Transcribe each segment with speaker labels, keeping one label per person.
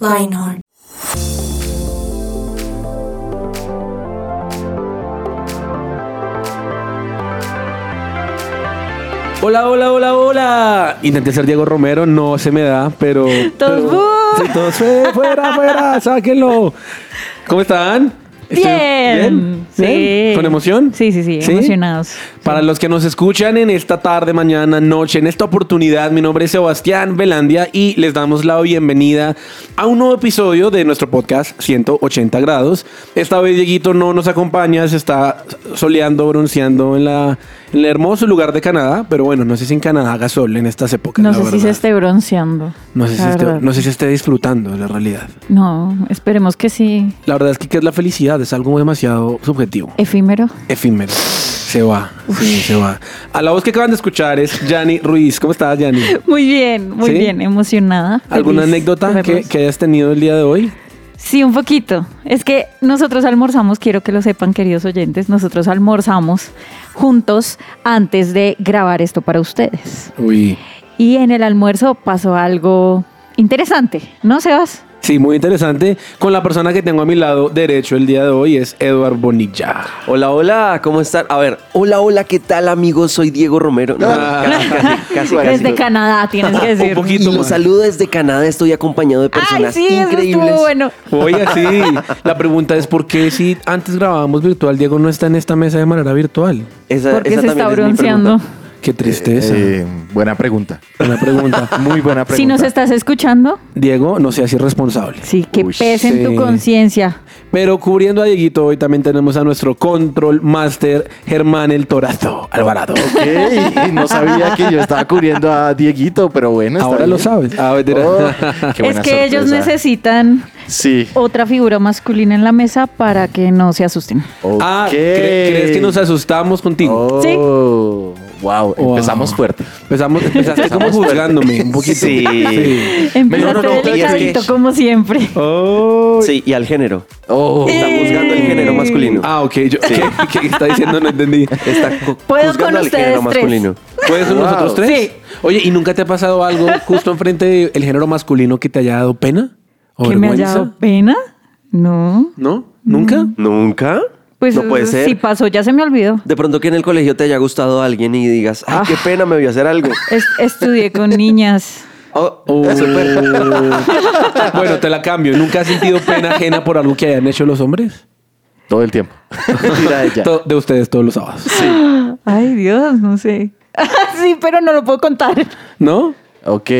Speaker 1: Lionheart.
Speaker 2: Hola, hola, hola, hola. Intenté ser Diego Romero, no se me da, pero.
Speaker 3: Todos,
Speaker 2: pero-
Speaker 3: ¡bu!
Speaker 2: Sí, todos, ¡eh! fuera, fuera, sáquenlo. ¿Cómo están? Estoy-
Speaker 3: Bien.
Speaker 2: ¿Bien?
Speaker 3: Sí.
Speaker 2: ¿Con emoción?
Speaker 3: Sí, sí, sí, emocionados.
Speaker 2: Para los que nos escuchan en esta tarde, mañana, noche, en esta oportunidad, mi nombre es Sebastián Velandia y les damos la bienvenida a un nuevo episodio de nuestro podcast 180 grados. Esta vez Dieguito no nos acompaña, se está soleando, bronceando en, la, en el hermoso lugar de Canadá, pero bueno, no sé si en Canadá haga sol en estas épocas.
Speaker 3: No
Speaker 2: la
Speaker 3: sé si se
Speaker 2: verdad.
Speaker 3: esté bronceando.
Speaker 2: No sé, si
Speaker 3: la
Speaker 2: esté,
Speaker 3: verdad.
Speaker 2: no sé si esté disfrutando la realidad.
Speaker 3: No, esperemos que sí.
Speaker 2: La verdad es que ¿qué es la felicidad? Es algo demasiado subjetivo.
Speaker 3: Efímero.
Speaker 2: efímero. Se va, sí, se va. A la voz que acaban de escuchar es Yanni Ruiz. ¿Cómo estás, Yanni?
Speaker 3: Muy bien, muy
Speaker 2: ¿Sí?
Speaker 3: bien, emocionada.
Speaker 2: ¿Alguna
Speaker 3: feliz de
Speaker 2: anécdota que,
Speaker 3: verlos.
Speaker 2: que hayas tenido el día de hoy?
Speaker 3: Sí, un poquito. Es que nosotros almorzamos, quiero que lo sepan, queridos oyentes, nosotros almorzamos juntos antes de grabar esto para ustedes.
Speaker 2: Uy.
Speaker 3: Y en el almuerzo pasó algo interesante, ¿no, Sebas?
Speaker 2: Sí, muy interesante. Con la persona que tengo a mi lado derecho el día de hoy es Eduard Bonilla.
Speaker 4: Hola, hola, ¿cómo están? A ver, hola, hola, ¿qué tal, amigos? Soy Diego Romero. No,
Speaker 2: Ah.
Speaker 4: casi, casi, casi, casi.
Speaker 3: Desde Canadá, tienes que decir.
Speaker 2: poquito.
Speaker 4: Y los saludo desde Canadá, estoy acompañado de
Speaker 3: Ay,
Speaker 4: personas
Speaker 3: sí, eso
Speaker 4: increíbles.
Speaker 3: estuvo bueno.
Speaker 2: Oye, sí. La pregunta es: ¿por qué si antes grabábamos virtual, Diego no está en esta mesa de manera virtual?
Speaker 4: Esa-
Speaker 3: Porque
Speaker 4: esa
Speaker 3: se
Speaker 4: también
Speaker 3: está
Speaker 4: es mi
Speaker 3: bronceando.
Speaker 4: pregunta.
Speaker 2: Qué tristeza.
Speaker 5: Eh, buena pregunta.
Speaker 2: Una pregunta.
Speaker 5: Muy buena pregunta.
Speaker 3: Si nos estás escuchando,
Speaker 2: Diego, no seas irresponsable.
Speaker 3: sí, que
Speaker 5: Uy,
Speaker 3: pese en
Speaker 2: sí.
Speaker 3: tu conciencia.
Speaker 2: Pero cubriendo a Dieguito, hoy también tenemos a nuestro control master Germán el Torazo Alvarado.
Speaker 5: Ah, Ok, no sabía que yo estaba cubriendo a Dieguito, pero bueno. está
Speaker 2: Ahora
Speaker 5: bien.
Speaker 2: lo sabes. Ah, mentira.
Speaker 5: Oh,
Speaker 3: Es que
Speaker 5: qué buena
Speaker 3: ellos
Speaker 5: sorpresa.
Speaker 3: necesitan
Speaker 5: Sí.
Speaker 3: otra figura masculina en la mesa para que no se asusten.
Speaker 2: Ah,
Speaker 5: Ok.
Speaker 2: ¿cre- ¿crees que nos asustamos contigo?
Speaker 5: Oh,
Speaker 3: Sí.
Speaker 5: Wow,
Speaker 2: Wow.
Speaker 5: empezamos fuerte.
Speaker 2: Empezamos, empezaste como
Speaker 5: Empezamos fuerte.
Speaker 2: juzgándome un poquito.
Speaker 4: Sí.
Speaker 3: Empezaste
Speaker 4: no, no, y es
Speaker 3: delicadito,
Speaker 4: que-
Speaker 3: como siempre.
Speaker 2: Oh.
Speaker 4: Sí, y al género.
Speaker 5: Oh,
Speaker 4: Está juzgando el género masculino.
Speaker 2: Ah, ok. Yo, ¿qué, qué está diciendo? No entendí.
Speaker 4: Está ju-
Speaker 3: Puedo con
Speaker 4: juzgando al
Speaker 3: ustedes
Speaker 4: género
Speaker 3: tres.
Speaker 4: masculino.
Speaker 2: ¿Puedes ser
Speaker 5: Wow.
Speaker 2: nosotros tres? Sí. Oye, ¿y nunca te ha pasado algo justo enfrente del género masculino que te haya dado pena? ¿O
Speaker 3: ¿Que me haya
Speaker 2: vergüenza?
Speaker 3: dado Mm, pena? No.
Speaker 2: ¿No? ¿Nunca?
Speaker 4: ¿Nunca?
Speaker 3: Pues
Speaker 4: no puede ser.
Speaker 3: si pasó, ya se me olvidó.
Speaker 4: De pronto que en el colegio te haya gustado alguien y digas, ay, qué pena, me voy a hacer algo.
Speaker 3: Ah. Es- estudié con niñas.
Speaker 4: Oh,
Speaker 2: Oh.
Speaker 4: súper.
Speaker 2: bueno, te la cambio. ¿Nunca has sentido pena ajena por algo que hayan hecho los hombres?
Speaker 5: todo el tiempo. Mira ella.
Speaker 2: To- de ustedes todos los sábados.
Speaker 3: Ay, Dios, no sé. sí, pero no lo puedo contar.
Speaker 2: ¿No?
Speaker 5: Ok.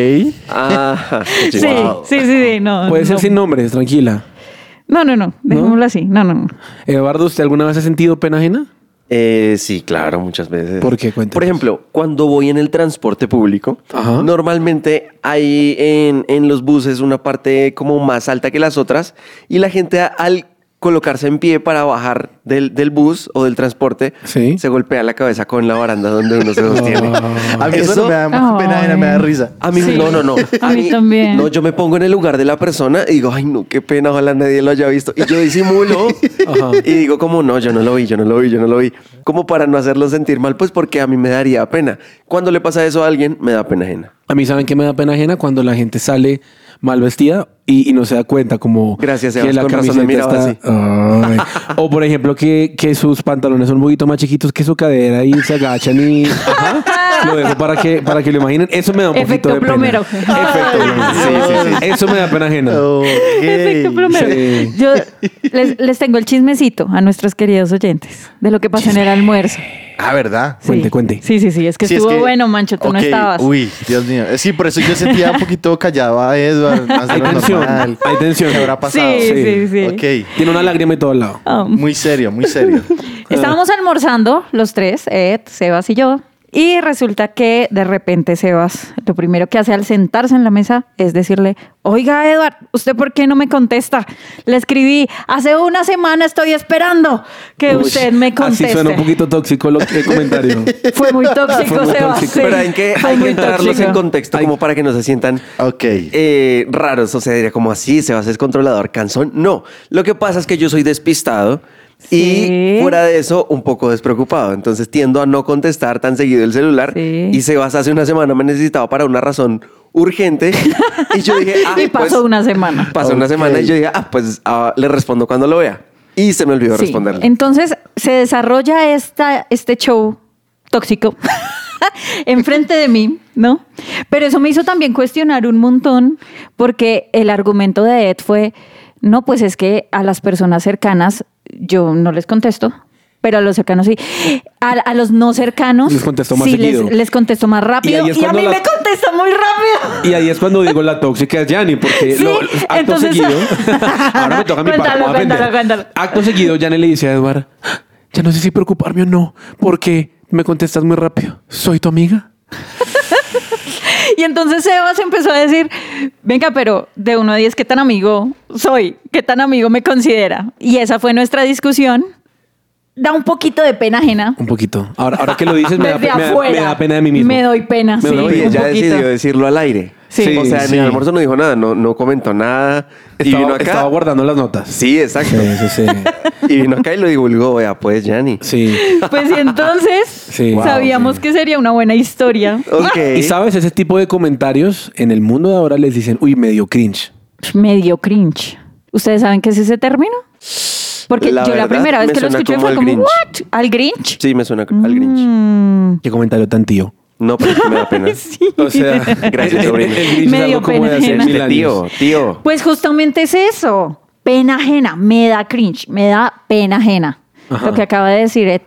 Speaker 4: Ah,
Speaker 3: Sí,
Speaker 4: sí.
Speaker 3: sí, sí, sí, no.
Speaker 2: Puede ser
Speaker 3: Ah, no.
Speaker 2: sin nombres, tranquila.
Speaker 3: No, no, no. Dejémoslo así. No, no, no.
Speaker 2: Eduardo, ¿usted alguna vez ha sentido pena ajena?
Speaker 4: Eh, sí, claro, muchas veces.
Speaker 2: ¿Por qué? Cuéntanos.
Speaker 4: Por ejemplo, cuando voy en el transporte público,
Speaker 2: Ajá.
Speaker 4: normalmente hay en, en los buses una parte como más alta que las otras y la gente a- al colocarse en pie para bajar del, del bus o del transporte,
Speaker 2: Sí. Ah.
Speaker 4: se golpea la cabeza con la baranda donde uno se sostiene.
Speaker 5: A mí eso, no me da pena, ajena, me da risa.
Speaker 4: A mí
Speaker 3: Sí.
Speaker 4: no, no, no.
Speaker 3: A mí también.
Speaker 4: No, yo me pongo en el lugar de la persona y digo, ay, no, qué pena, ojalá nadie lo haya visto. Y yo disimulo
Speaker 2: Ajá.
Speaker 4: y digo, como no, yo no lo vi, yo no lo vi, yo no lo vi. Como para no hacerlo sentir mal, pues porque a mí me daría pena. Cuando le pasa eso a alguien, me da pena ajena.
Speaker 2: A mí, ¿saben qué me da pena ajena? Cuando la gente sale mal vestida y, y no se da cuenta, como.
Speaker 4: Gracias,
Speaker 2: que
Speaker 4: Sebas,
Speaker 2: la
Speaker 4: con razón
Speaker 2: camiseta
Speaker 4: me miraba
Speaker 2: está. Ay. O, por ejemplo, que, que sus pantalones son un poquito más chiquitos que su cadera y se agachan y. Ajá. Lo dejo para que, para que lo imaginen. Eso me da un
Speaker 3: Efecto
Speaker 2: poquito de
Speaker 3: plomero.
Speaker 2: pena. Efecto plomero.
Speaker 5: Sí, sí, sí.
Speaker 2: Eso me da pena ajena.
Speaker 4: Oh.
Speaker 5: Ok.
Speaker 3: Perfecto, plomero.
Speaker 2: Sí.
Speaker 3: Yo les, les tengo el chismecito a nuestros queridos oyentes de lo que pasó en el almuerzo.
Speaker 5: Ah, ¿verdad?
Speaker 3: Sí.
Speaker 2: Cuente, cuente.
Speaker 3: Sí, sí, sí. Es que
Speaker 5: Sí, es
Speaker 3: estuvo
Speaker 5: que-
Speaker 3: bueno, Mancho, tú no
Speaker 5: Ok,
Speaker 3: estabas.
Speaker 5: Uy, Dios mío. Eh, Sí, por eso yo sentía un poquito callado a Edward. Más de
Speaker 2: Hay
Speaker 5: lo
Speaker 2: tensión,
Speaker 5: normal.
Speaker 2: hay tensión.
Speaker 5: ¿Qué habrá pasado?
Speaker 3: Sí, sí, sí.
Speaker 5: Ok.
Speaker 2: Tiene una lágrima y todo al lado.
Speaker 3: Ah.
Speaker 5: Muy serio, muy serio.
Speaker 3: Estábamos almorzando los tres, Ed, Sebas y yo. Y resulta que de repente Sebas, lo primero que hace al sentarse en la mesa es decirle, oiga Edward, ¿usted por qué no me contesta? Le escribí, hace una semana estoy esperando que
Speaker 2: Uy,
Speaker 3: usted me conteste.
Speaker 2: Así suena un poquito tóxico lo que el comentario.
Speaker 3: Fue muy tóxico,
Speaker 2: Fue muy
Speaker 3: Sebas.
Speaker 2: tóxico.
Speaker 3: sí.
Speaker 4: Pero hay que,
Speaker 3: Fue
Speaker 4: hay que
Speaker 3: muy
Speaker 4: entrarlos
Speaker 3: tóxico.
Speaker 4: en contexto
Speaker 2: Hay-
Speaker 4: como para que no se sientan
Speaker 5: Ok.
Speaker 4: eh, raros. O sea, diría como así, Sebas es controlador, cansón. No, lo que pasa es que yo soy despistado
Speaker 3: Sí.
Speaker 4: y fuera de eso un poco despreocupado. Entonces tiendo a no contestar tan seguido el celular.
Speaker 3: Sí.
Speaker 4: Y Sebas hace una semana me necesitaba para una razón urgente. Y yo dije, ah,
Speaker 3: y pasó
Speaker 4: pues,
Speaker 3: una semana.
Speaker 4: Pasó una
Speaker 5: Ok.
Speaker 4: semana y yo dije, ah, pues ah, le respondo cuando lo vea. Y se me olvidó
Speaker 3: Sí.
Speaker 4: responderle.
Speaker 3: Entonces se desarrolla esta, este show tóxico enfrente de mí, ¿no? Pero eso me hizo también cuestionar un montón porque el argumento de Ed fue, no, pues es que a las personas cercanas yo no les contesto. Pero a los cercanos sí. A, a los no cercanos.
Speaker 2: Les contesto más
Speaker 3: sí,
Speaker 2: seguido.
Speaker 3: Les, les contesto más rápido.
Speaker 2: ahí
Speaker 3: Y,
Speaker 2: es
Speaker 3: a
Speaker 2: cuando
Speaker 3: mí
Speaker 2: la-
Speaker 3: me contesta muy rápido.
Speaker 2: Y ahí es cuando digo la tóxica es Yanni, porque
Speaker 3: Sí,
Speaker 2: lo- acto
Speaker 3: entonces-
Speaker 2: seguido. ahora me toca mi parte. voy
Speaker 3: Cuéntalo,
Speaker 2: a aprender.
Speaker 3: cuéntalo, cuéntalo.
Speaker 2: Acto seguido, Yanni le dice a Eduard: Ya no sé si preocuparme o no, porque me contestas muy rápido. ¿Soy tu amiga?
Speaker 3: Y entonces Sebas empezó a decir, venga, pero de 1 a 10, ¿qué tan amigo soy? ¿Qué tan amigo me considera? Y esa fue nuestra discusión. Da un poquito de pena ajena.
Speaker 2: Un poquito. Ahora, ahora que lo dices, me, da,
Speaker 3: Desde
Speaker 2: pe- me da-
Speaker 3: afuera.
Speaker 2: me da pena de mí mismo.
Speaker 3: Me doy pena,
Speaker 2: Me
Speaker 3: sí.
Speaker 2: doy
Speaker 4: Y
Speaker 2: pena.
Speaker 3: un
Speaker 4: ella
Speaker 3: poquito.
Speaker 4: decidió decirlo al aire.
Speaker 3: Sí.
Speaker 4: o sea,
Speaker 2: Sí.
Speaker 4: en el almuerzo no dijo nada, no, no comentó nada. y vino
Speaker 2: Estaba,
Speaker 4: acá.
Speaker 2: estaba guardando las notas.
Speaker 4: Sí, exacto.
Speaker 2: sí, sí.
Speaker 4: Y vino acá y lo divulgó, vea, pues, Yanni.
Speaker 2: Sí.
Speaker 3: Pues y entonces
Speaker 2: Sí.
Speaker 3: sabíamos que sería una buena historia.
Speaker 4: Ok.
Speaker 2: Ah, Y sabes, ese tipo de comentarios en el mundo de ahora les dicen, uy, medio cringe.
Speaker 3: Medio cringe. ¿Ustedes saben qué es ese término? Porque
Speaker 4: La
Speaker 3: yo la
Speaker 4: verdad,
Speaker 3: primera vez
Speaker 4: me
Speaker 3: que lo
Speaker 4: suena
Speaker 3: escuché
Speaker 4: como
Speaker 3: fue
Speaker 4: al
Speaker 3: como,
Speaker 4: Grinch.
Speaker 3: ¿what? ¿Al Grinch?
Speaker 4: Sí, me suena al Grinch.
Speaker 3: Mm,
Speaker 2: Qué comentario tan tío.
Speaker 4: No, pero es que me da pena.
Speaker 3: sí.
Speaker 2: O sea,
Speaker 4: Gracias,
Speaker 2: el, el,
Speaker 4: sobrino.
Speaker 2: el Grinch es
Speaker 3: Medio
Speaker 2: algo como de hace
Speaker 3: pena
Speaker 2: mil
Speaker 4: Este
Speaker 2: años.
Speaker 4: tío, tío.
Speaker 3: Pues justamente es eso. Pena ajena. Me da cringe. Me da pena ajena.
Speaker 2: Ajá.
Speaker 3: Lo que acaba de decir Ed.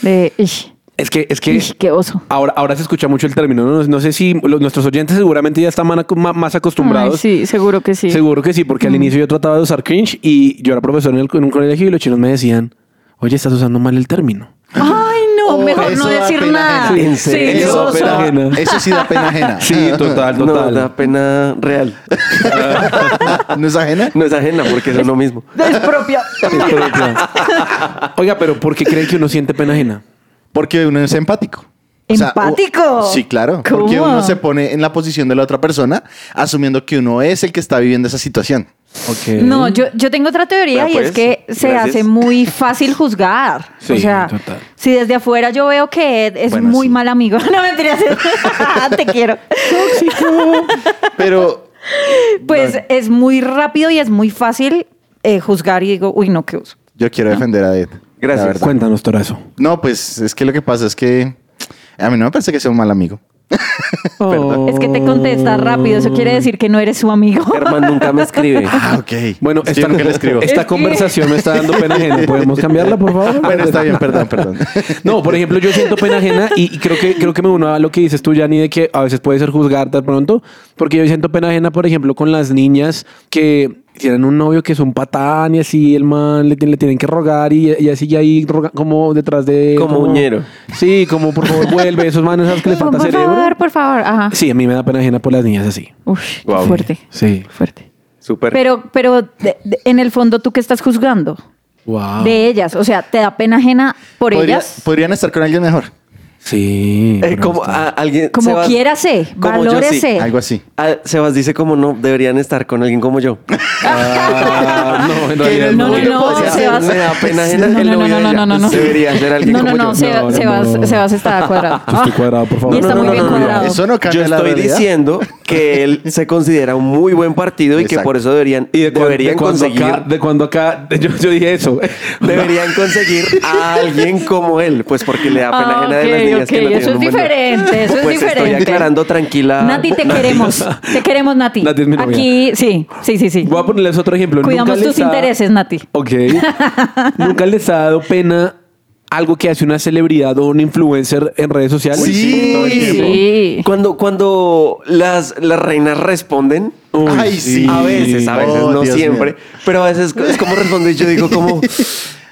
Speaker 3: De, "Ish,
Speaker 2: Es que, es que
Speaker 3: ish, qué oso.
Speaker 2: ahora, ahora se escucha mucho el término. No, No sé si los- nuestros oyentes seguramente ya están man- ma- más acostumbrados.
Speaker 3: Ay, sí, seguro que sí.
Speaker 2: Seguro que sí, porque al inicio yo trataba de usar cringe y yo era profesor en, el- en un colegio y los chinos me decían, oye, estás usando mal el término.
Speaker 3: Ay, no,
Speaker 5: Oh,
Speaker 3: mejor
Speaker 5: eso
Speaker 3: no
Speaker 5: da
Speaker 3: decir
Speaker 5: pena
Speaker 3: nada.
Speaker 5: ajena.
Speaker 4: ¿En
Speaker 3: Sí,
Speaker 4: serio?
Speaker 3: qué
Speaker 5: Eso,
Speaker 2: Eso,
Speaker 5: da
Speaker 3: oso.
Speaker 2: pena
Speaker 5: pena-
Speaker 2: ajena.
Speaker 5: eso sí da pena ajena.
Speaker 2: Sí, total,
Speaker 4: No,
Speaker 2: total.
Speaker 4: da pena real.
Speaker 5: ¿No es ajena?
Speaker 4: No es ajena porque es uno mismo.
Speaker 3: Es propia.
Speaker 2: Pero, claro. Oiga, pero ¿por qué creen que uno siente pena ajena?
Speaker 5: Porque uno es empático.
Speaker 3: ¿Empático?
Speaker 5: u- sí, claro.
Speaker 3: ¿Cómo?
Speaker 5: Porque uno se pone en la posición de la otra persona, asumiendo que uno es el que está viviendo esa situación.
Speaker 2: Ok.
Speaker 3: No, yo, yo tengo otra teoría
Speaker 4: Vea,
Speaker 3: y es
Speaker 4: pues,
Speaker 3: que se
Speaker 4: gracias.
Speaker 3: hace muy fácil juzgar.
Speaker 2: Sí,
Speaker 3: o sea,
Speaker 2: total.
Speaker 3: si desde afuera yo veo que Ed es
Speaker 5: Bueno,
Speaker 3: muy
Speaker 5: sí.
Speaker 3: mal amigo. No mentiras. Te quiero.
Speaker 5: Pero
Speaker 3: Pues es muy rápido y es muy fácil eh, juzgar y digo, uy, no, qué uso.
Speaker 5: yo quiero defender a Ed.
Speaker 4: Gracias.
Speaker 5: la verdad.
Speaker 2: Cuéntanos, Torazo.
Speaker 5: No, pues es que lo que pasa es que a mí no me parece que sea un mal amigo.
Speaker 2: Perdón.
Speaker 3: Es que te contesta rápido, eso quiere decir que no eres su amigo.
Speaker 4: Herman nunca me escribe.
Speaker 5: Ah, ok.
Speaker 2: Bueno,
Speaker 5: es que
Speaker 2: esta,
Speaker 5: nunca le escribo.
Speaker 2: esta
Speaker 3: Es que-
Speaker 2: conversación me está dando pena ajena. ¿Podemos cambiarla, por favor?
Speaker 5: Bueno, está bien, perdón, perdón.
Speaker 2: No, por ejemplo, yo siento pena ajena y, y creo que creo que me uno a lo que dices tú, Yanni, de que a veces puede ser juzgarte de pronto, porque yo siento pena ajena, por ejemplo, con las niñas que tienen un novio que es un patán y así el man le, tiene- le tienen que rogar y ella sigue ahí roga- como detrás de...
Speaker 4: Como uñero.
Speaker 2: Sí, como por favor vuelve, esos manes ¿sabes que les falta
Speaker 3: por
Speaker 2: cerebro.
Speaker 3: favor, por favor. Ajá.
Speaker 2: Sí, a mí me da pena ajena por las niñas así.
Speaker 3: Ush, qué
Speaker 4: Guau.
Speaker 3: fuerte.
Speaker 2: Sí.
Speaker 3: Fuerte.
Speaker 4: Súper.
Speaker 3: Pero, pero de- de- en el fondo, ¿tú qué estás juzgando?
Speaker 4: Ah.
Speaker 2: Wow.
Speaker 3: De ellas. O sea, ¿te da pena ajena por
Speaker 5: Podría-
Speaker 3: ellas?
Speaker 5: Podrían estar con alguien mejor.
Speaker 2: Sí.
Speaker 4: Eh,
Speaker 2: pero
Speaker 4: como
Speaker 2: está-
Speaker 4: a- alguien.
Speaker 3: Como
Speaker 4: Sebas-
Speaker 3: quiérase,
Speaker 4: como yo, sí.
Speaker 3: valórese.
Speaker 5: Algo así.
Speaker 4: Ah, Sebas dice como no, deberían estar con alguien como yo.
Speaker 2: Ah, no, en
Speaker 5: Que
Speaker 2: realidad
Speaker 5: el
Speaker 3: no, no,
Speaker 5: novio
Speaker 3: no,
Speaker 5: podría-
Speaker 3: Sebas.
Speaker 4: Me da pena ajena
Speaker 3: No,
Speaker 4: el
Speaker 3: no,
Speaker 4: novio
Speaker 3: no,
Speaker 4: de
Speaker 3: no,
Speaker 4: ella.
Speaker 3: no, no.
Speaker 4: Debería ser alguien
Speaker 3: No, no,
Speaker 4: como
Speaker 3: no,
Speaker 4: yo.
Speaker 3: Se-
Speaker 2: No, no,
Speaker 3: Sebas,
Speaker 2: no.
Speaker 3: Sebas está cuadrado.
Speaker 2: Yo estoy cuadrado, por favor.
Speaker 3: Y está
Speaker 2: No, no,
Speaker 3: muy
Speaker 2: no,
Speaker 3: bien
Speaker 2: no, no, no.
Speaker 3: cuadrado.
Speaker 5: Eso no cambia
Speaker 4: Yo
Speaker 5: la
Speaker 4: estoy
Speaker 5: realidad.
Speaker 4: diciendo que él se considera un muy buen partido y que
Speaker 5: Exacto.
Speaker 4: por eso deberían,
Speaker 2: Y de, cuan-
Speaker 4: deberían
Speaker 2: de cuando
Speaker 4: conseguir.
Speaker 2: acá, de cuando acá, yo, yo dije eso.
Speaker 4: Deberían conseguir a alguien como él, pues porque le da pena
Speaker 3: Ah,
Speaker 4: ajena de las
Speaker 3: ok,
Speaker 4: niñas
Speaker 3: ok,
Speaker 4: que la
Speaker 3: eso
Speaker 4: tienen
Speaker 3: es
Speaker 4: muy mal.
Speaker 3: diferente, eso es
Speaker 4: Pues Estoy
Speaker 3: diferente.
Speaker 4: aclarando tranquila.
Speaker 3: Nati, te queremos. Te queremos, Nati.
Speaker 2: Nati es mi novia.
Speaker 3: Aquí, sí, sí, sí, sí.
Speaker 2: Voy a ponerles otro ejemplo. Nunca
Speaker 3: Cuidamos
Speaker 2: les
Speaker 3: tus
Speaker 2: ha-
Speaker 3: intereses, Nati.
Speaker 2: Ok. Nunca les ha dado pena algo que hace una celebridad o un influencer en redes sociales.
Speaker 5: Uy, sí, todo el tiempo.
Speaker 3: Sí.
Speaker 4: Cuando, cuando las, las reinas responden,
Speaker 2: Uy,
Speaker 5: Ay, sí.
Speaker 4: a veces, a veces,
Speaker 5: Oh,
Speaker 4: no
Speaker 5: Dios
Speaker 4: siempre,
Speaker 5: mío.
Speaker 4: pero a veces es como respondo y yo digo como,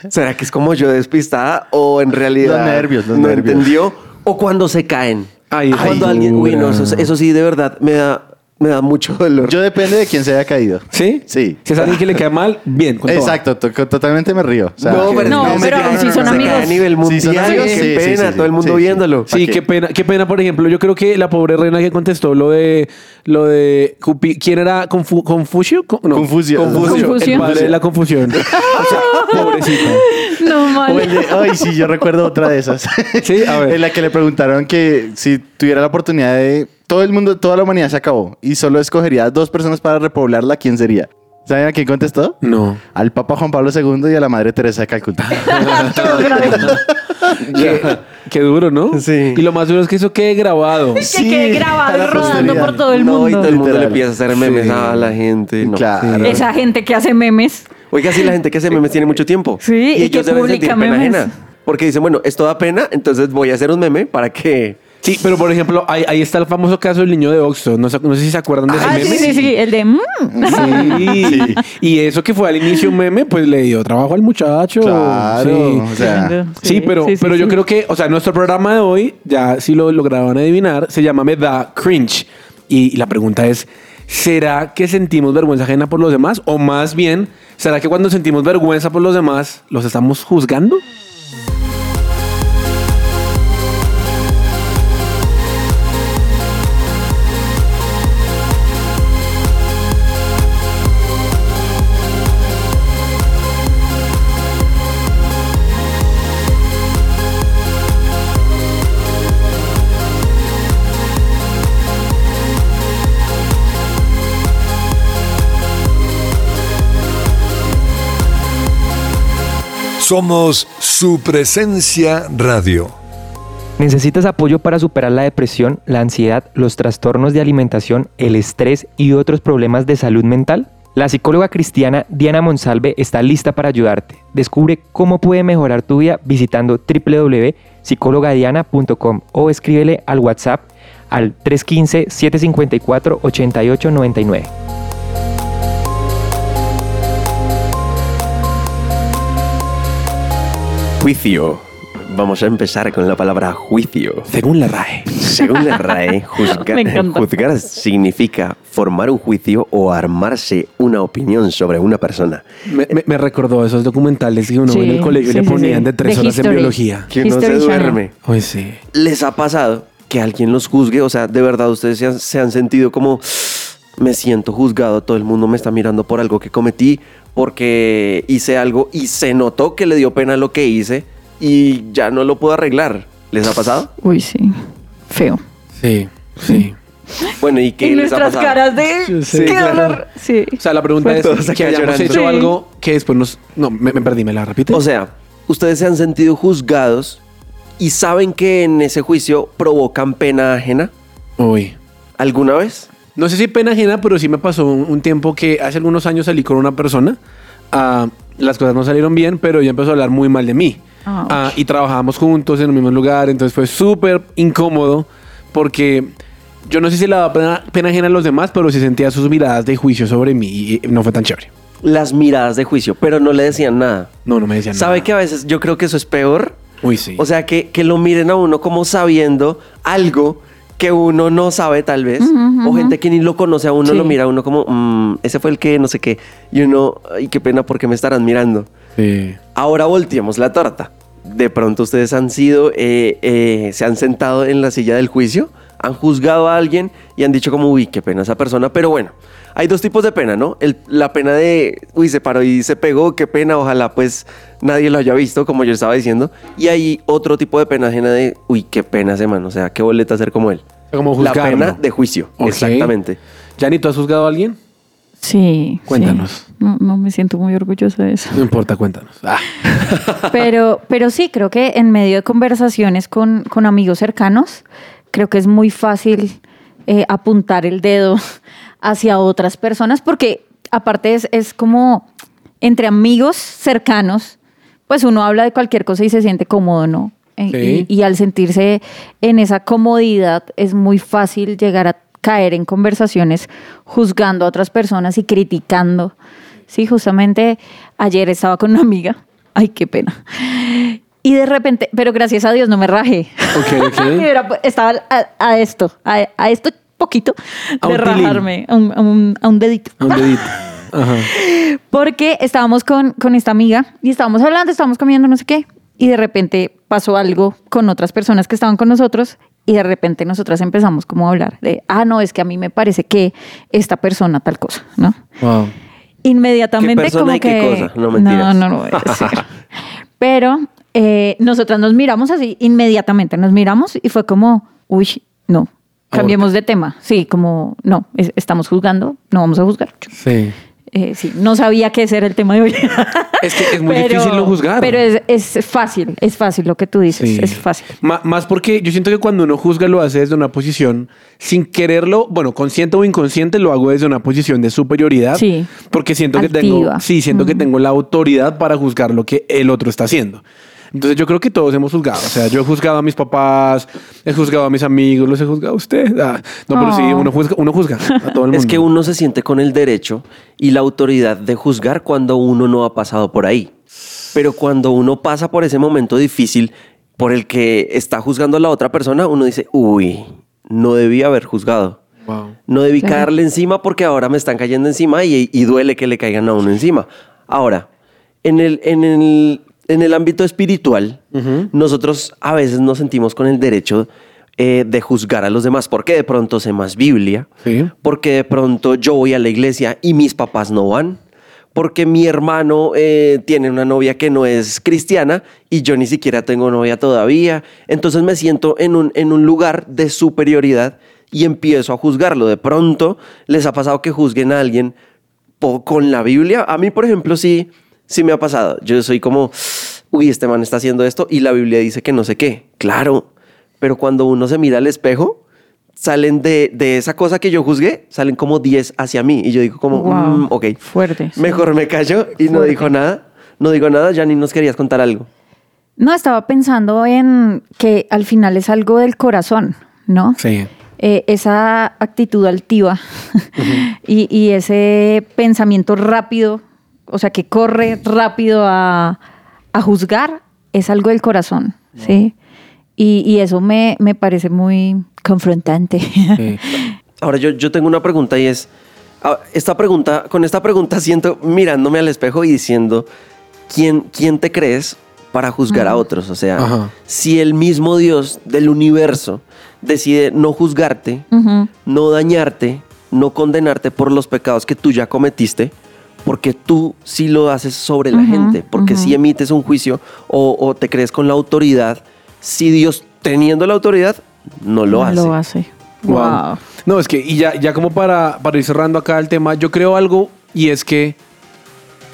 Speaker 4: ¿será que es como yo despistada o en realidad
Speaker 5: Los nervios, los
Speaker 4: no
Speaker 5: nervios.
Speaker 4: entendió? O cuando se caen.
Speaker 2: Ay,
Speaker 4: cuando
Speaker 2: ay,
Speaker 4: alguien. Uy, no, eso,
Speaker 2: dura.
Speaker 4: eso sí, de verdad, me da, me da mucho dolor.
Speaker 5: Yo depende de quién se haya caído.
Speaker 2: ¿Sí?
Speaker 5: Sí.
Speaker 2: Si es alguien que le queda mal, bien. con toda.
Speaker 5: Exacto, to- totalmente me río. O sea,
Speaker 4: no, pero,
Speaker 3: No,
Speaker 4: es que
Speaker 3: pero
Speaker 4: se cae-
Speaker 3: si son
Speaker 4: se cae
Speaker 3: amigos.
Speaker 4: a nivel
Speaker 5: Si
Speaker 4: mundial,
Speaker 5: son amigos,
Speaker 4: qué
Speaker 5: sí, sí,
Speaker 4: pena,
Speaker 5: sí,
Speaker 4: todo el mundo
Speaker 5: sí, sí.
Speaker 4: viéndolo.
Speaker 2: Sí, qué? pena, qué pena, por ejemplo, yo creo que la pobre reina que contestó lo de lo de Cupi- ¿quién era Confu- Confucio? Con- no,
Speaker 5: Confucio.
Speaker 2: Confucio,
Speaker 3: Confucio.
Speaker 2: el padre de la confusión. O sea, pobrecito.
Speaker 3: No, mal.
Speaker 5: Oye, ay, sí, yo recuerdo otra de esas.
Speaker 2: Sí, a ver.
Speaker 5: En la que le preguntaron que si tuviera la oportunidad de. Todo el mundo, toda la humanidad se acabó y solo escogería dos personas para repoblarla, ¿quién sería? ¿Saben a quién contestó?
Speaker 2: No.
Speaker 5: Al Papa Juan Pablo II y a la Madre Teresa de Calcuta.
Speaker 2: Qué, qué duro, ¿no?
Speaker 4: Sí.
Speaker 2: Y lo más duro es que eso quede grabado.
Speaker 3: que quede grabado
Speaker 5: a la
Speaker 3: y rodando
Speaker 5: posteridad.
Speaker 3: por todo el
Speaker 4: No, y
Speaker 3: mundo.
Speaker 4: todo el mundo le
Speaker 5: Literal.
Speaker 4: empieza a hacer memes
Speaker 2: Sí.
Speaker 4: a la gente. no.
Speaker 5: Claro.
Speaker 3: Esa gente que hace memes.
Speaker 4: Oiga, sí, la gente que hace memes tiene mucho tiempo.
Speaker 3: Sí, y
Speaker 4: y
Speaker 3: que
Speaker 4: ellos deben sentir
Speaker 3: publica
Speaker 4: pena
Speaker 3: memes.
Speaker 4: ajena. Porque dicen, bueno, esto da pena, entonces voy a hacer un meme para que...
Speaker 2: Sí, pero por ejemplo, ahí, ahí está el famoso caso del niño de Oxford. No, sé- no sé si se acuerdan de ese
Speaker 3: Ah,
Speaker 2: meme.
Speaker 3: sí, sí, sí. El de. mm.
Speaker 2: Sí.
Speaker 5: Sí.
Speaker 2: Y eso que fue al inicio un meme, pues le dio trabajo al muchacho.
Speaker 5: Claro.
Speaker 2: Sí.
Speaker 5: O sea,
Speaker 2: Sí, pero,
Speaker 3: sí, sí,
Speaker 2: pero yo
Speaker 3: sí.
Speaker 2: creo que, o sea, nuestro programa de hoy, ya si lo lograban adivinar, se llama Me da cringe. Y, la pregunta es, ¿será que sentimos vergüenza ajena por los demás? O más bien, ¿será que cuando sentimos vergüenza por los demás, los estamos juzgando?
Speaker 1: Somos su presencia radio.
Speaker 6: ¿Necesitas apoyo para superar la depresión, la ansiedad, los trastornos de alimentación, el estrés y otros problemas de salud mental? La psicóloga cristiana Diana Monsalve está lista para ayudarte. Descubre cómo puede mejorar tu vida visitando www.psicologadiana.com o escríbele al WhatsApp al 315-754-8899.
Speaker 4: Juicio. Vamos a empezar con la palabra juicio.
Speaker 2: Según la RAE.
Speaker 4: Según la RAE, juzga-
Speaker 3: Me encanta.
Speaker 4: juzgar significa formar un juicio o armarse una opinión sobre una persona.
Speaker 2: Me, me- me recordó esos documentales que uno
Speaker 3: Sí,
Speaker 2: ve en el colegio
Speaker 3: sí,
Speaker 2: y le
Speaker 3: sí,
Speaker 2: ponían
Speaker 3: sí.
Speaker 2: de tres
Speaker 3: De
Speaker 2: horas en
Speaker 3: history.
Speaker 2: biología.
Speaker 4: Que no se
Speaker 3: History Channel.
Speaker 4: duerme.
Speaker 2: Hoy sí.
Speaker 4: ¿Les ha pasado que alguien los juzgue? O sea, de verdad ustedes se han, se han sentido como me siento juzgado, todo el mundo me está mirando por algo que cometí, porque hice algo y se notó que le dio pena lo que hice y ya no lo puedo arreglar. ¿Les ha pasado?
Speaker 3: Uy, sí. Feo.
Speaker 2: Sí, sí.
Speaker 4: Bueno, ¿y qué
Speaker 3: y
Speaker 4: les ha
Speaker 3: nuestras
Speaker 4: pasado?
Speaker 3: caras de.
Speaker 2: Sí,
Speaker 3: ¡Qué
Speaker 2: claro.
Speaker 3: dolor! Sí.
Speaker 2: O sea, la pregunta
Speaker 4: Fue
Speaker 2: es
Speaker 4: todo, se
Speaker 2: que
Speaker 4: queda
Speaker 2: hayamos
Speaker 4: llorando.
Speaker 2: hecho
Speaker 3: Sí.
Speaker 2: algo que después nos... No, me, me perdí, ¿me la repites?
Speaker 4: O sea, ustedes se han sentido juzgados y saben que en ese juicio provocan pena ajena
Speaker 2: Uy.
Speaker 4: alguna vez.
Speaker 2: No sé si pena ajena, pero sí me pasó un, un tiempo que hace algunos años salí con una persona. ah, las cosas no salieron bien, pero ella empezó a hablar muy mal de mí.
Speaker 3: Ah,
Speaker 2: Ah, y trabajábamos juntos en el mismo lugar, entonces fue súper incómodo porque yo no sé si le daba pena, pena ajena a los demás, pero sí sentía sus miradas de juicio sobre mí y no fue tan chévere.
Speaker 4: Las miradas de juicio, pero no le decían nada.
Speaker 2: No, no me decían
Speaker 4: ¿Sabe
Speaker 2: nada.
Speaker 4: que a veces yo creo que eso es peor?
Speaker 2: Uy, sí.
Speaker 4: O sea, que, que lo miren a uno como sabiendo algo que uno no sabe tal vez. O gente que ni lo conoce a uno
Speaker 3: Sí.
Speaker 4: lo mira a uno como, "Mm, ese fue el que no sé qué. Y uno, ay, qué pena porque me estarán mirando.
Speaker 2: Sí.
Speaker 4: Ahora volteamos la torta. De pronto ustedes han sido, eh, eh, se han sentado en la silla del juicio, han juzgado a alguien y han dicho como, uy, qué pena esa persona. Pero bueno, hay dos tipos de pena, ¿no? El- la pena de, uy, se paró y se pegó, qué pena, ojalá pues nadie lo haya visto, como yo estaba diciendo. Y hay otro tipo de pena ajena de, uy, qué pena ese man, o sea, qué boleta ser como él.
Speaker 2: Como
Speaker 4: la
Speaker 2: juzgarlo.
Speaker 4: pena de juicio,
Speaker 2: Ok.
Speaker 4: exactamente.
Speaker 2: Yanni, ¿tú has juzgado a alguien?
Speaker 3: Sí.
Speaker 2: Cuéntanos.
Speaker 3: sí. No, no me siento muy orgullosa de eso.
Speaker 2: No importa, cuéntanos. Ah.
Speaker 3: Pero, pero sí, creo que en medio de conversaciones con, con amigos cercanos, creo que es muy fácil eh, apuntar el dedo hacia otras personas, porque aparte es, es como entre amigos cercanos, pues uno habla de cualquier cosa y se siente cómodo, ¿no? Eh,
Speaker 2: Sí.
Speaker 3: Y, y al sentirse en esa comodidad es muy fácil llegar a caer en conversaciones juzgando a otras personas y criticando. Sí, justamente ayer estaba con una amiga. Ay, qué pena. Y de repente, pero gracias a Dios no me rajé.
Speaker 2: Ok, ok.
Speaker 3: Era- pues, Estaba a, a esto, a, a esto poquito
Speaker 2: A
Speaker 3: de
Speaker 2: un tilín.
Speaker 3: rajarme, a un, a un- a un dedito.
Speaker 2: A un dedito. Ajá.
Speaker 3: Porque estábamos con, con esta amiga y estábamos hablando, estábamos comiendo no sé qué. Y de repente pasó algo con otras personas que estaban con nosotros y de repente nosotras empezamos como a hablar de, ah, no, es que a mí me parece que esta persona tal cosa, ¿no?
Speaker 5: Wow.
Speaker 3: Inmediatamente
Speaker 4: ¿Qué persona
Speaker 3: como
Speaker 4: y
Speaker 3: que...
Speaker 4: qué cosa? No,
Speaker 3: no,
Speaker 4: mentiras.
Speaker 3: no, no puede ser. Pero eh, nosotras nos miramos así, inmediatamente nos miramos y fue como, uy, no, cambiemos de tema. Sí, como, no, es- estamos juzgando, no vamos a juzgar.
Speaker 2: Sí.
Speaker 3: Eh, sí, no sabía qué ese era el tema de hoy.
Speaker 2: Es que es muy difícil no juzgar.
Speaker 3: Pero es, es fácil, es fácil lo que tú dices,
Speaker 2: Sí.
Speaker 3: es fácil.
Speaker 2: Ma- más porque yo siento que cuando uno juzga lo hace desde una posición, sin quererlo, bueno, consciente o inconsciente, lo hago desde una posición de superioridad.
Speaker 3: Sí.
Speaker 2: Porque siento que tengo,
Speaker 3: Altiva.
Speaker 2: sí, siento que tengo la autoridad para juzgar lo que el otro está haciendo. Entonces yo creo que todos hemos juzgado. O sea, yo he juzgado a mis papás, he juzgado a mis amigos, los he juzgado a usted. Ah, no, pero sí,
Speaker 3: Oh.
Speaker 2: uno juzga, uno juzga a todo el mundo.
Speaker 4: Es que uno se siente con el derecho y la autoridad de juzgar cuando uno no ha pasado por ahí. Pero cuando uno pasa por ese momento difícil por el que está juzgando a la otra persona, uno dice, uy, no debí haber juzgado.
Speaker 2: Wow.
Speaker 4: No debí
Speaker 3: Claro.
Speaker 4: caerle encima porque ahora me están cayendo encima y, y duele que le caigan a uno encima. Ahora, en el, en el, en el ámbito espiritual, nosotros a veces nos sentimos con el derecho eh, de juzgar a los demás porque de pronto sé más Biblia,
Speaker 2: Sí.
Speaker 4: porque de pronto yo voy a la iglesia y mis papás no van. Porque mi hermano eh, tiene una novia que no es cristiana y yo ni siquiera tengo novia todavía. Entonces me siento en un, en un lugar de superioridad y empiezo a juzgarlo. De pronto les ha pasado que juzguen a alguien po- con la Biblia. A mí, por ejemplo, sí, sí me ha pasado. Yo soy como, uy, este man está haciendo esto y la Biblia dice que no sé qué. Claro, pero cuando uno se mira al espejo, salen de, de esa cosa que yo juzgué, salen como 10 hacia mí. Y yo digo como,
Speaker 3: Wow,
Speaker 4: "Mm, ok,
Speaker 3: fuerte, sí.
Speaker 4: mejor me callo y no
Speaker 3: Fuerte.
Speaker 4: dijo nada. No digo nada, ya ni nos querías contar algo.
Speaker 3: No, estaba pensando en que al final es algo del corazón, ¿no?
Speaker 2: Sí.
Speaker 3: Eh, esa actitud altiva y, y ese pensamiento rápido, o sea, que corre rápido a, a juzgar, es algo del corazón, ¿sí? Y, y eso me, me parece muy confrontante.
Speaker 4: Ahora yo, yo tengo una pregunta y es, ah, esta pregunta, con esta pregunta siento mirándome al espejo y diciendo, ¿quién, quién te crees para juzgar a otros? O sea,
Speaker 2: Ajá.
Speaker 4: si el mismo Dios del universo decide no juzgarte,
Speaker 3: Ujú.
Speaker 4: no dañarte, no condenarte por los pecados que tú ya cometiste, porque tú sí lo haces sobre la
Speaker 3: Ujú,
Speaker 4: gente, porque
Speaker 3: ujú.
Speaker 4: si emites un juicio o, o te crees con la autoridad, si Dios teniendo la autoridad no lo hace.
Speaker 3: Lo hace.
Speaker 2: Wow.
Speaker 3: Wow.
Speaker 2: No, es que, y ya, ya como para, para ir cerrando acá el tema, yo creo algo y es que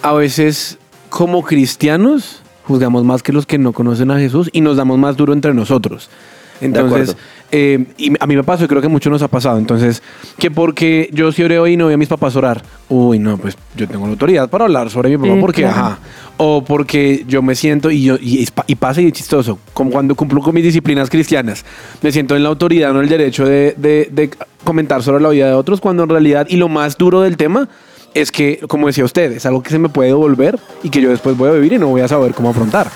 Speaker 2: a veces como cristianos juzgamos más que los que no conocen a Jesús y nos damos más duro entre nosotros. Entonces,
Speaker 4: acuerdo.
Speaker 2: eh, y a mí me pasó, y creo que mucho nos ha pasado. Entonces, que porque yo sí oré hoy y no vi a mis papás orar. Uy, no, pues yo tengo la autoridad para hablar sobre mi papá
Speaker 3: Sí,
Speaker 2: porque,
Speaker 3: claro.
Speaker 2: ajá. O porque yo me siento y, yo, y, es pa- y pasa y es chistoso, como cuando cumplo con mis disciplinas cristianas, me siento en la autoridad, no en el derecho de, de- de comentar sobre la vida de otros, cuando en realidad, y lo más duro del tema, es que, como decía usted, es algo que se me puede devolver y que yo después voy a vivir y no voy a saber cómo afrontar.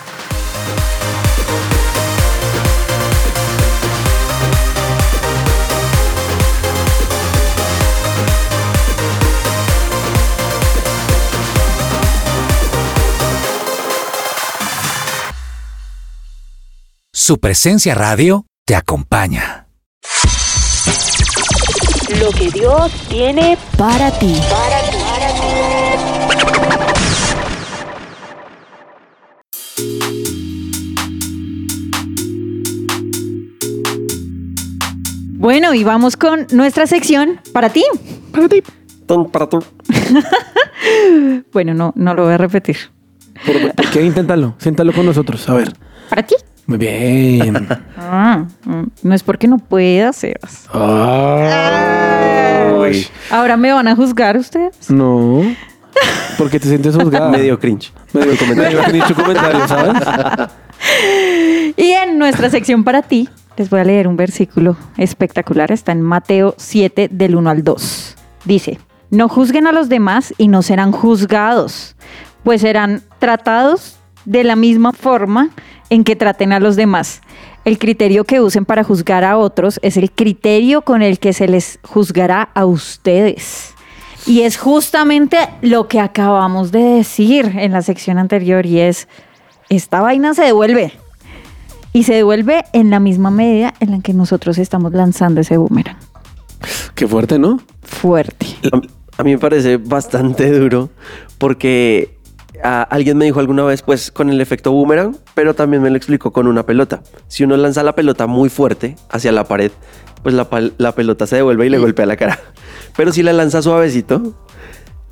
Speaker 7: Su presencia radio te acompaña.
Speaker 8: Lo que Dios tiene para ti. Para ti.
Speaker 3: Bueno, y vamos con nuestra sección para ti.
Speaker 4: Ton para tu-
Speaker 3: Bueno, no, no lo voy a repetir.
Speaker 2: pues, ¿Por, por qué inténtalo? Siéntalo con nosotros, a ver.
Speaker 3: ¿Para ti?
Speaker 2: Muy bien.
Speaker 3: Ah, mm, no es porque no pueda, Sebas.
Speaker 2: Uy.
Speaker 3: Ahora me van a juzgar ustedes.
Speaker 2: No. Porque te sientes juzgada.
Speaker 4: Medio cringe.
Speaker 2: Medio comentario. Medio cringe tu comentario, ¿sabes?
Speaker 3: Y en nuestra sección para ti, les voy a leer un versículo espectacular. Está en Mateo 7, del 1 al 2. Dice, no juzguen a los demás y no serán juzgados, pues serán tratados de la misma forma en que traten a los demás. El criterio que usen para juzgar a otros es el criterio con el que se les juzgará a ustedes. Y es justamente lo que acabamos de decir en la sección anterior y es, esta vaina se devuelve. Y se devuelve en la misma medida en la que nosotros estamos lanzando ese boomerang.
Speaker 2: Qué fuerte, ¿no?
Speaker 3: Fuerte.
Speaker 4: A, a mí me parece bastante duro porque ah, alguien me dijo alguna vez, pues con el efecto boomerang, pero también me lo explicó con una pelota. Si uno lanza la pelota muy fuerte hacia la pared, pues la, pal- la pelota se devuelve y le golpea la cara. Pero si la lanza suavecito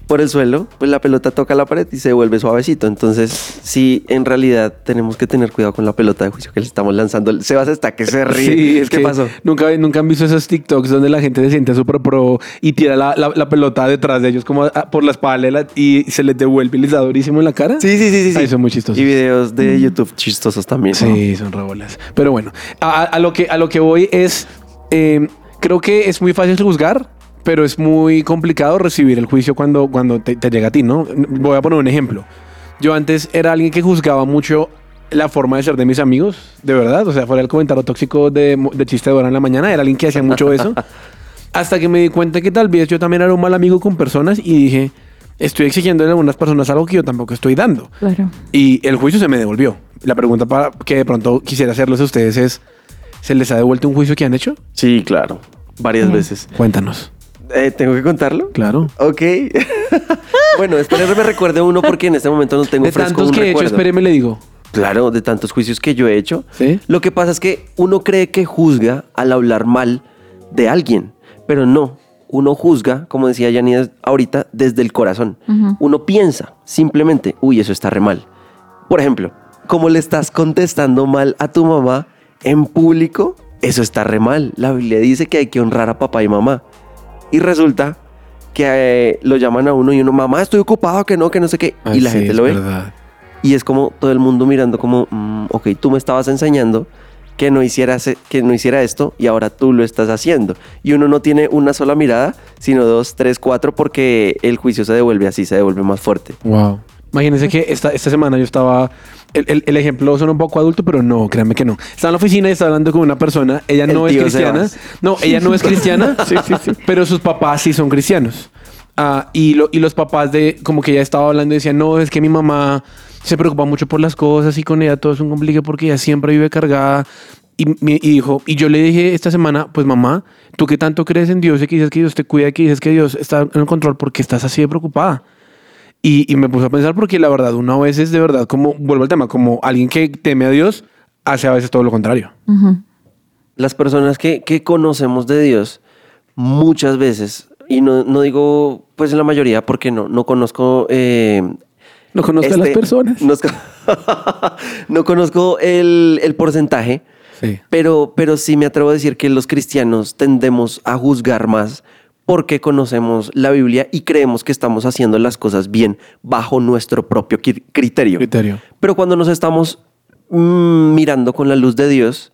Speaker 4: por el suelo, pues la pelota toca la pared y se devuelve suavecito. Entonces, sí, en realidad tenemos que tener cuidado con la pelota de juicio que le estamos lanzando. Sebas está que se ríe.
Speaker 2: Sí, es
Speaker 4: ¿Qué
Speaker 2: que
Speaker 4: pasó?
Speaker 2: Nunca, nunca han visto esos TikToks donde la gente se siente súper pro y tira la, la- la pelota detrás de ellos como ah, por la espalda y la- y se les devuelve y les da durísimo en la cara.
Speaker 4: Sí, sí, sí, sí. mm. sí.
Speaker 2: Ay, son muy chistosos.
Speaker 4: Y videos de YouTube chistosos también.
Speaker 2: Sí, son rebolas. Pero bueno, a, a- a lo, que, a lo que voy es, eh, creo que es muy fácil juzgar, pero es muy complicado recibir el juicio cuando, cuando te, te llega a ti, ¿no? Voy a poner un ejemplo. Yo antes era alguien que juzgaba mucho la forma de ser de mis amigos, de verdad. O sea, fuera el comentario tóxico de, mo- de chiste de hora en la mañana, era alguien que hacía mucho eso. Hasta que me di cuenta que tal vez yo también era un mal amigo con personas y dije, estoy exigiendo a algunas personas algo que yo tampoco estoy dando.
Speaker 3: Claro.
Speaker 2: Y el juicio se me devolvió. La pregunta para que de pronto quisiera hacerles a ustedes es, ¿se les ha devuelto un juicio que han hecho?
Speaker 4: Sí, claro. Varias veces.
Speaker 2: Cuéntanos.
Speaker 4: Eh, ¿Tengo que contarlo?
Speaker 2: Claro.
Speaker 4: Ok. bueno, espero que me recuerde uno porque en este momento no tengo
Speaker 2: de
Speaker 4: fresco
Speaker 2: tantos
Speaker 4: un
Speaker 2: que he hecho,
Speaker 4: recuerdo.
Speaker 2: espéreme, le digo.
Speaker 4: Claro, de tantos juicios que yo he hecho.
Speaker 2: Sí.
Speaker 4: Lo que pasa es que uno cree que juzga al hablar mal de alguien, pero no. Uno juzga, como decía Janine ahorita, desde el corazón. Uno piensa simplemente, uy, eso está re mal. Por ejemplo, como le estás contestando mal a tu mamá en público, eso está re mal. La Biblia dice que hay que honrar a papá y mamá. Y resulta que eh, lo llaman a uno y uno, mamá, estoy ocupado, que no, que no sé qué. y la gente lo ve. Y es como todo el mundo mirando como, "Mm, ok, tú me estabas enseñando que no, hicieras, que no hiciera esto y ahora tú lo estás haciendo. Y uno no tiene una sola mirada, sino dos, tres, cuatro, porque el juicio se devuelve así, se devuelve más fuerte.
Speaker 2: Wow. Imagínense que esta, esta semana yo estaba. El, el- el ejemplo suena un poco adulto, pero no, créanme que no. Estaba en la oficina y estaba hablando con una persona. Ella
Speaker 4: El
Speaker 2: no es
Speaker 4: tío
Speaker 2: cristiana.
Speaker 4: Sebas.
Speaker 2: No, ella no es cristiana, pero sus papás sí son cristianos. Ah, y, lo- y los papás de, como que ella estaba hablando, y decían, no, es que mi mamá se preocupa mucho por las cosas y con ella todo es un complique porque ella siempre vive cargada. Y, me- y dijo, y yo le dije esta semana, pues mamá, tú que tanto crees en Dios y que dices que Dios te cuida, que dices que Dios está en el control, porque estás así de preocupada? Y, y me puse a pensar porque la verdad, uno a veces de verdad, como vuelvo al tema, como alguien que teme a Dios, hace a veces todo lo contrario.
Speaker 4: Las personas que, que conocemos de Dios, muchas veces, y no, no digo, pues la mayoría, porque no, no conozco... eh,
Speaker 2: No conozco a las
Speaker 4: este,
Speaker 2: personas.
Speaker 4: nos- no conozco el, el porcentaje,
Speaker 2: Sí.
Speaker 4: Pero, pero sí me atrevo a decir que los cristianos tendemos a juzgar más porque conocemos la Biblia y creemos que estamos haciendo las cosas bien bajo nuestro propio cri- criterio.
Speaker 2: Criterio.
Speaker 4: Pero cuando nos estamos mm, mirando con la luz de Dios,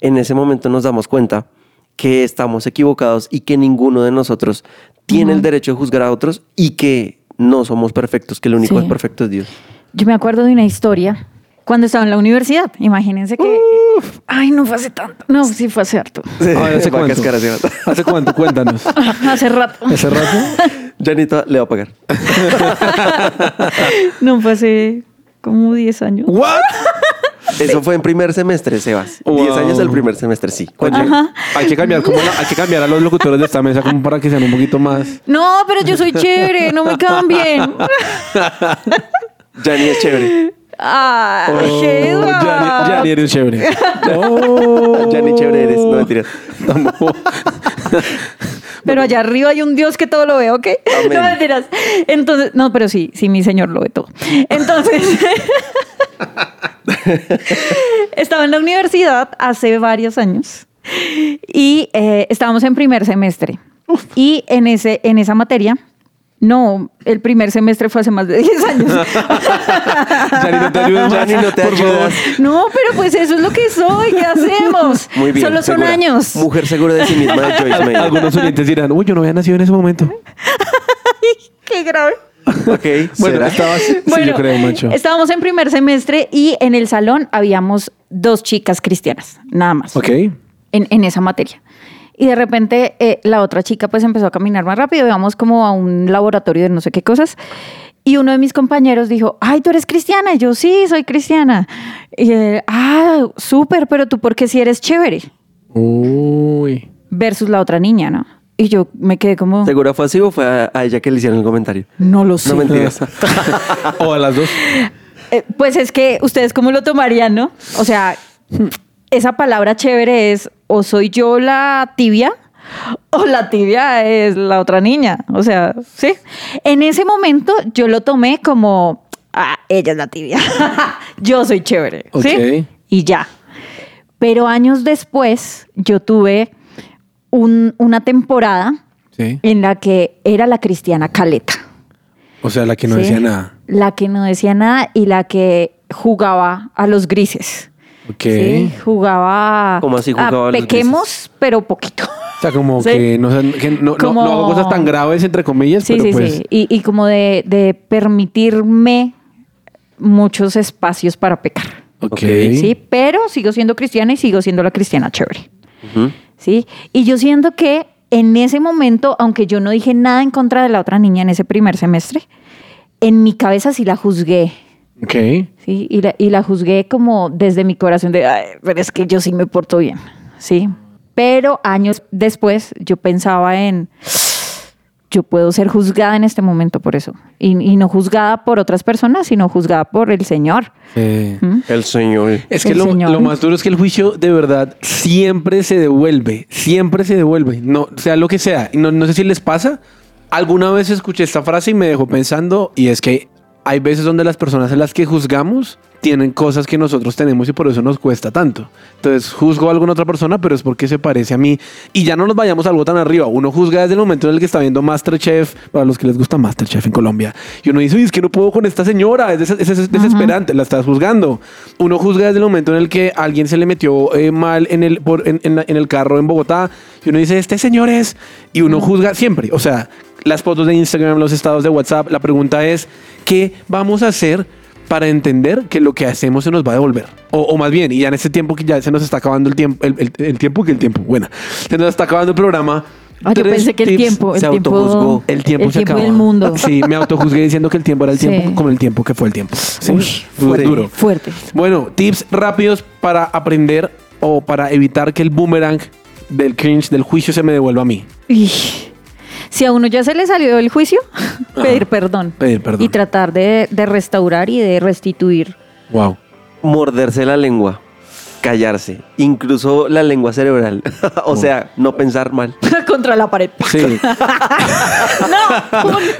Speaker 4: en ese momento nos damos cuenta que estamos equivocados y que ninguno de nosotros tiene el derecho de juzgar a otros y que no somos perfectos, que el único
Speaker 3: Sí.
Speaker 4: es perfecto es Dios.
Speaker 3: Yo me acuerdo de una historia cuando estaba en la universidad. Imagínense que. Ay, no fue hace tanto. No, sí fue hace harto.
Speaker 2: A ver, Ah, ¿Hace
Speaker 4: Va a
Speaker 2: cuánto?
Speaker 4: cascar así, va.
Speaker 2: ¿Hace cuánto? Cuéntanos.
Speaker 3: hace rato.
Speaker 2: ¿Hace rato?
Speaker 4: Janita le va a pagar.
Speaker 3: No fue hace como 10 años.
Speaker 2: ¿What?
Speaker 4: Eso fue en primer semestre, Sebas.
Speaker 2: Wow.
Speaker 4: 10 años del primer semestre, sí.
Speaker 2: Oye, hay que, cambiar como la- hay que cambiar a los locutores de esta mesa como para que sean un poquito más...
Speaker 3: No, pero yo soy chévere, no me cambien.
Speaker 4: Jani es chévere.
Speaker 3: Ay,
Speaker 2: Oh,
Speaker 3: Eduardo.
Speaker 2: ya, ya eres chévere. ah. Oh.
Speaker 4: Jani chévere eres. No mentiras.
Speaker 3: Pero allá arriba hay un Dios que todo lo ve, ¿ok?
Speaker 4: Amén.
Speaker 3: No mentiras. Entonces, no, pero sí, sí, mi Señor lo ve todo. Entonces, estaba en la universidad hace varios años y eh, estábamos en primer semestre. Y en, ese, en esa materia, no, el primer semestre fue hace más de 10 años.
Speaker 2: Yanni, no te ayudes más.
Speaker 4: Yanni, no te
Speaker 2: por favor.
Speaker 4: ayudas.
Speaker 3: No, pero pues eso es lo que soy, ¿qué hacemos?
Speaker 4: Muy bien.
Speaker 3: Solo son
Speaker 4: segura.
Speaker 3: años.
Speaker 4: Mujer segura de sí misma de Joyce Meyer.
Speaker 2: Algunos oyentes dirán, uy, yo no había nacido en ese momento.
Speaker 3: Qué grave.
Speaker 4: Ok.
Speaker 2: Bueno,
Speaker 5: ¿Será?
Speaker 2: estabas. sí, yo creo, macho.
Speaker 3: Estábamos en primer semestre y en el salón habíamos dos chicas cristianas, nada más.
Speaker 2: Ok.
Speaker 3: en, en esa materia. Y de repente eh, la otra chica pues empezó a caminar más rápido, íbamos como a un laboratorio de no sé qué cosas. Y uno de mis compañeros dijo, ay, tú eres cristiana. Y yo sí, soy cristiana. Y él, ah, súper, pero tú porque sí eres chévere.
Speaker 2: Uy.
Speaker 3: Versus la otra niña, ¿no? Y yo me quedé como,
Speaker 4: ¿Seguro fue así o fue a, a ella que le hicieron el comentario?
Speaker 3: no lo sé.
Speaker 4: No mentiras.
Speaker 2: o a las dos.
Speaker 3: Eh, pues es que ustedes cómo lo tomarían, ¿no? O sea, esa palabra chévere es o soy yo la tibia o la tibia es la otra niña. O sea, sí. En ese momento yo lo tomé como, ah, ella es la tibia. yo soy chévere. ¿sí?
Speaker 2: Ok.
Speaker 3: Y ya. Pero años después yo tuve un- una temporada
Speaker 2: Sí.
Speaker 3: en la que era la cristiana caleta.
Speaker 2: O sea, la que no
Speaker 3: Sí.
Speaker 2: decía nada.
Speaker 3: La que no decía nada y la que jugaba a los grises.
Speaker 2: Ok.
Speaker 3: Sí, jugaba.
Speaker 4: ¿Cómo así jugaba
Speaker 3: a
Speaker 4: a los
Speaker 3: pequemos, pero poquito.
Speaker 2: O sea, como
Speaker 3: Sí.
Speaker 2: que, no, sean- que no, no-
Speaker 3: Como-
Speaker 2: no hago cosas tan graves, entre comillas,
Speaker 3: Sí,
Speaker 2: pero
Speaker 3: sí,
Speaker 2: pues.
Speaker 3: sí. Y, y como de, de permitirme muchos espacios para pecar.
Speaker 2: Ok.
Speaker 3: Sí, pero sigo siendo cristiana y sigo siendo la cristiana chévere.
Speaker 4: Ujú.
Speaker 3: Sí. Y yo siento que en ese momento, aunque yo no dije nada en contra de la otra niña en ese primer semestre, en mi cabeza sí la juzgué.
Speaker 2: Ok.
Speaker 3: Sí, y la, y la juzgué como desde mi corazón de, "Ay, pero es que yo sí me porto bien, sí. Pero años después yo pensaba en, yo puedo ser juzgada en este momento por eso. Y, y no juzgada por otras personas, sino juzgada por el Señor.
Speaker 2: Eh,
Speaker 4: El señor.
Speaker 2: Es que
Speaker 3: El
Speaker 2: lo,
Speaker 3: señor.
Speaker 2: lo más duro es que el juicio de verdad siempre se devuelve, siempre se devuelve, no sea lo que sea. Y No, no sé si les pasa. Alguna vez escuché esta frase y me dejó pensando y es que hay veces donde las personas a las que juzgamos tienen cosas que nosotros tenemos y por eso nos cuesta tanto. Entonces juzgo a alguna otra persona, pero es porque se parece a mí. Y ya no nos vayamos a algo tan arriba. Uno juzga desde el momento en el que está viendo Masterchef, para los que les gusta Masterchef en Colombia. Y uno dice, "Uy, es que no puedo con esta señora, es, des- es des- desesperante, la estás juzgando. Uno juzga desde el momento en el que alguien se le metió eh, mal en el, por- en, en la- en el carro en Bogotá. Y uno dice, este señor es... Y uno juzga siempre. O sea, las fotos de Instagram, los estados de WhatsApp. La pregunta es, ¿qué vamos a hacer? para entender que lo que hacemos se nos va a devolver. O, o más bien, y ya en este tiempo que ya se nos está acabando el tiempo, el, el- el tiempo que el tiempo, bueno, se nos está acabando el programa.
Speaker 3: Ah, yo
Speaker 2: Tres
Speaker 3: pensé que el
Speaker 2: tips
Speaker 3: tiempo, el
Speaker 2: se
Speaker 3: tiempo-
Speaker 2: autojuzgó. El tiempo
Speaker 3: el
Speaker 2: se
Speaker 3: tiempo
Speaker 2: acabó.
Speaker 3: del mundo.
Speaker 2: Sí, me autojuzgué diciendo que el tiempo era el
Speaker 3: Sí.
Speaker 2: tiempo, como el tiempo que fue el tiempo. Sí, fue
Speaker 3: fuerte,
Speaker 2: duro.
Speaker 3: fuerte.
Speaker 2: Bueno, tips rápidos para aprender o para evitar que el boomerang del cringe, del juicio, se me devuelva a mí.
Speaker 3: Y si a uno ya se le salió el juicio, pedir perdón.
Speaker 2: Ah, pedir Eh, perdón.
Speaker 3: Y tratar de, de restaurar y de restituir.
Speaker 2: Wow.
Speaker 4: Morderse la lengua. Callarse. Incluso la lengua cerebral.
Speaker 2: Mm.
Speaker 4: o sea, no pensar mal.
Speaker 3: Contra la pared.
Speaker 2: Sí.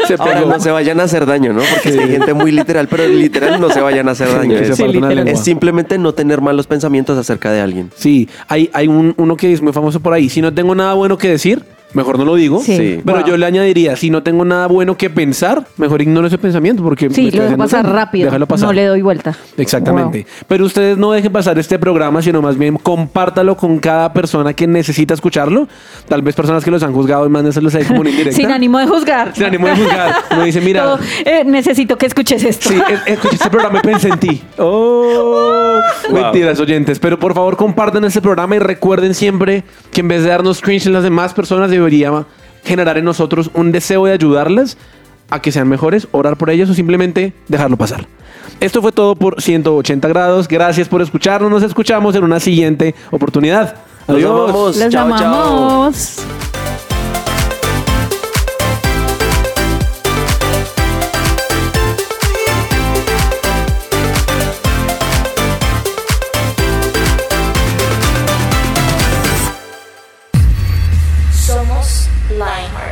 Speaker 2: Se pegó.
Speaker 4: Ahora, no se vayan a hacer daño, ¿no? Porque es que hay gente muy literal, pero literal no se vayan a hacer daño.
Speaker 2: Que se
Speaker 4: Es,
Speaker 2: aparta una
Speaker 3: literal.
Speaker 2: lengua.
Speaker 4: es simplemente no tener malos pensamientos acerca de alguien.
Speaker 2: Sí, hay, hay un- uno que es muy famoso por ahí. Si no tengo nada bueno que decir, mejor no lo digo.
Speaker 3: Sí.
Speaker 4: Sí.
Speaker 2: Pero
Speaker 3: Wow.
Speaker 2: yo le añadiría, si no tengo nada bueno que pensar, mejor ignoro ese pensamiento porque... me
Speaker 3: Sí,
Speaker 2: estoy
Speaker 3: lo dejo
Speaker 2: haciendo
Speaker 3: pasar
Speaker 2: daño.
Speaker 3: rápido.
Speaker 2: Déjalo pasar.
Speaker 3: No le doy vuelta.
Speaker 2: Exactamente. Pero ustedes no dejen pasar este programa, sino más bien compártalo con cada persona que necesita escucharlo. Tal vez personas que los han juzgado y mándenselos ahí como una indirecta.
Speaker 3: Sin ánimo de juzgar.
Speaker 2: Sin ánimo de juzgar. Uno dice, mira-
Speaker 3: Todo, eh, necesito que escuches esto.
Speaker 2: Sí, es- escuché este programa y pensé en ti. Oh, mentiras, oyentes. Pero por favor, compartan este programa y recuerden siempre que en vez de darnos cringe en las demás personas, debería generar en nosotros un deseo de ayudarlas a que sean mejores, orar por ellas o simplemente dejarlo pasar. Esto fue todo por 180 grados. Gracias por escucharnos. Nos escuchamos en una siguiente oportunidad.
Speaker 4: Los
Speaker 2: Adiós.
Speaker 4: amamos.
Speaker 3: Los
Speaker 4: Chao, chao.
Speaker 3: amamos.
Speaker 9: Somos Lionheart.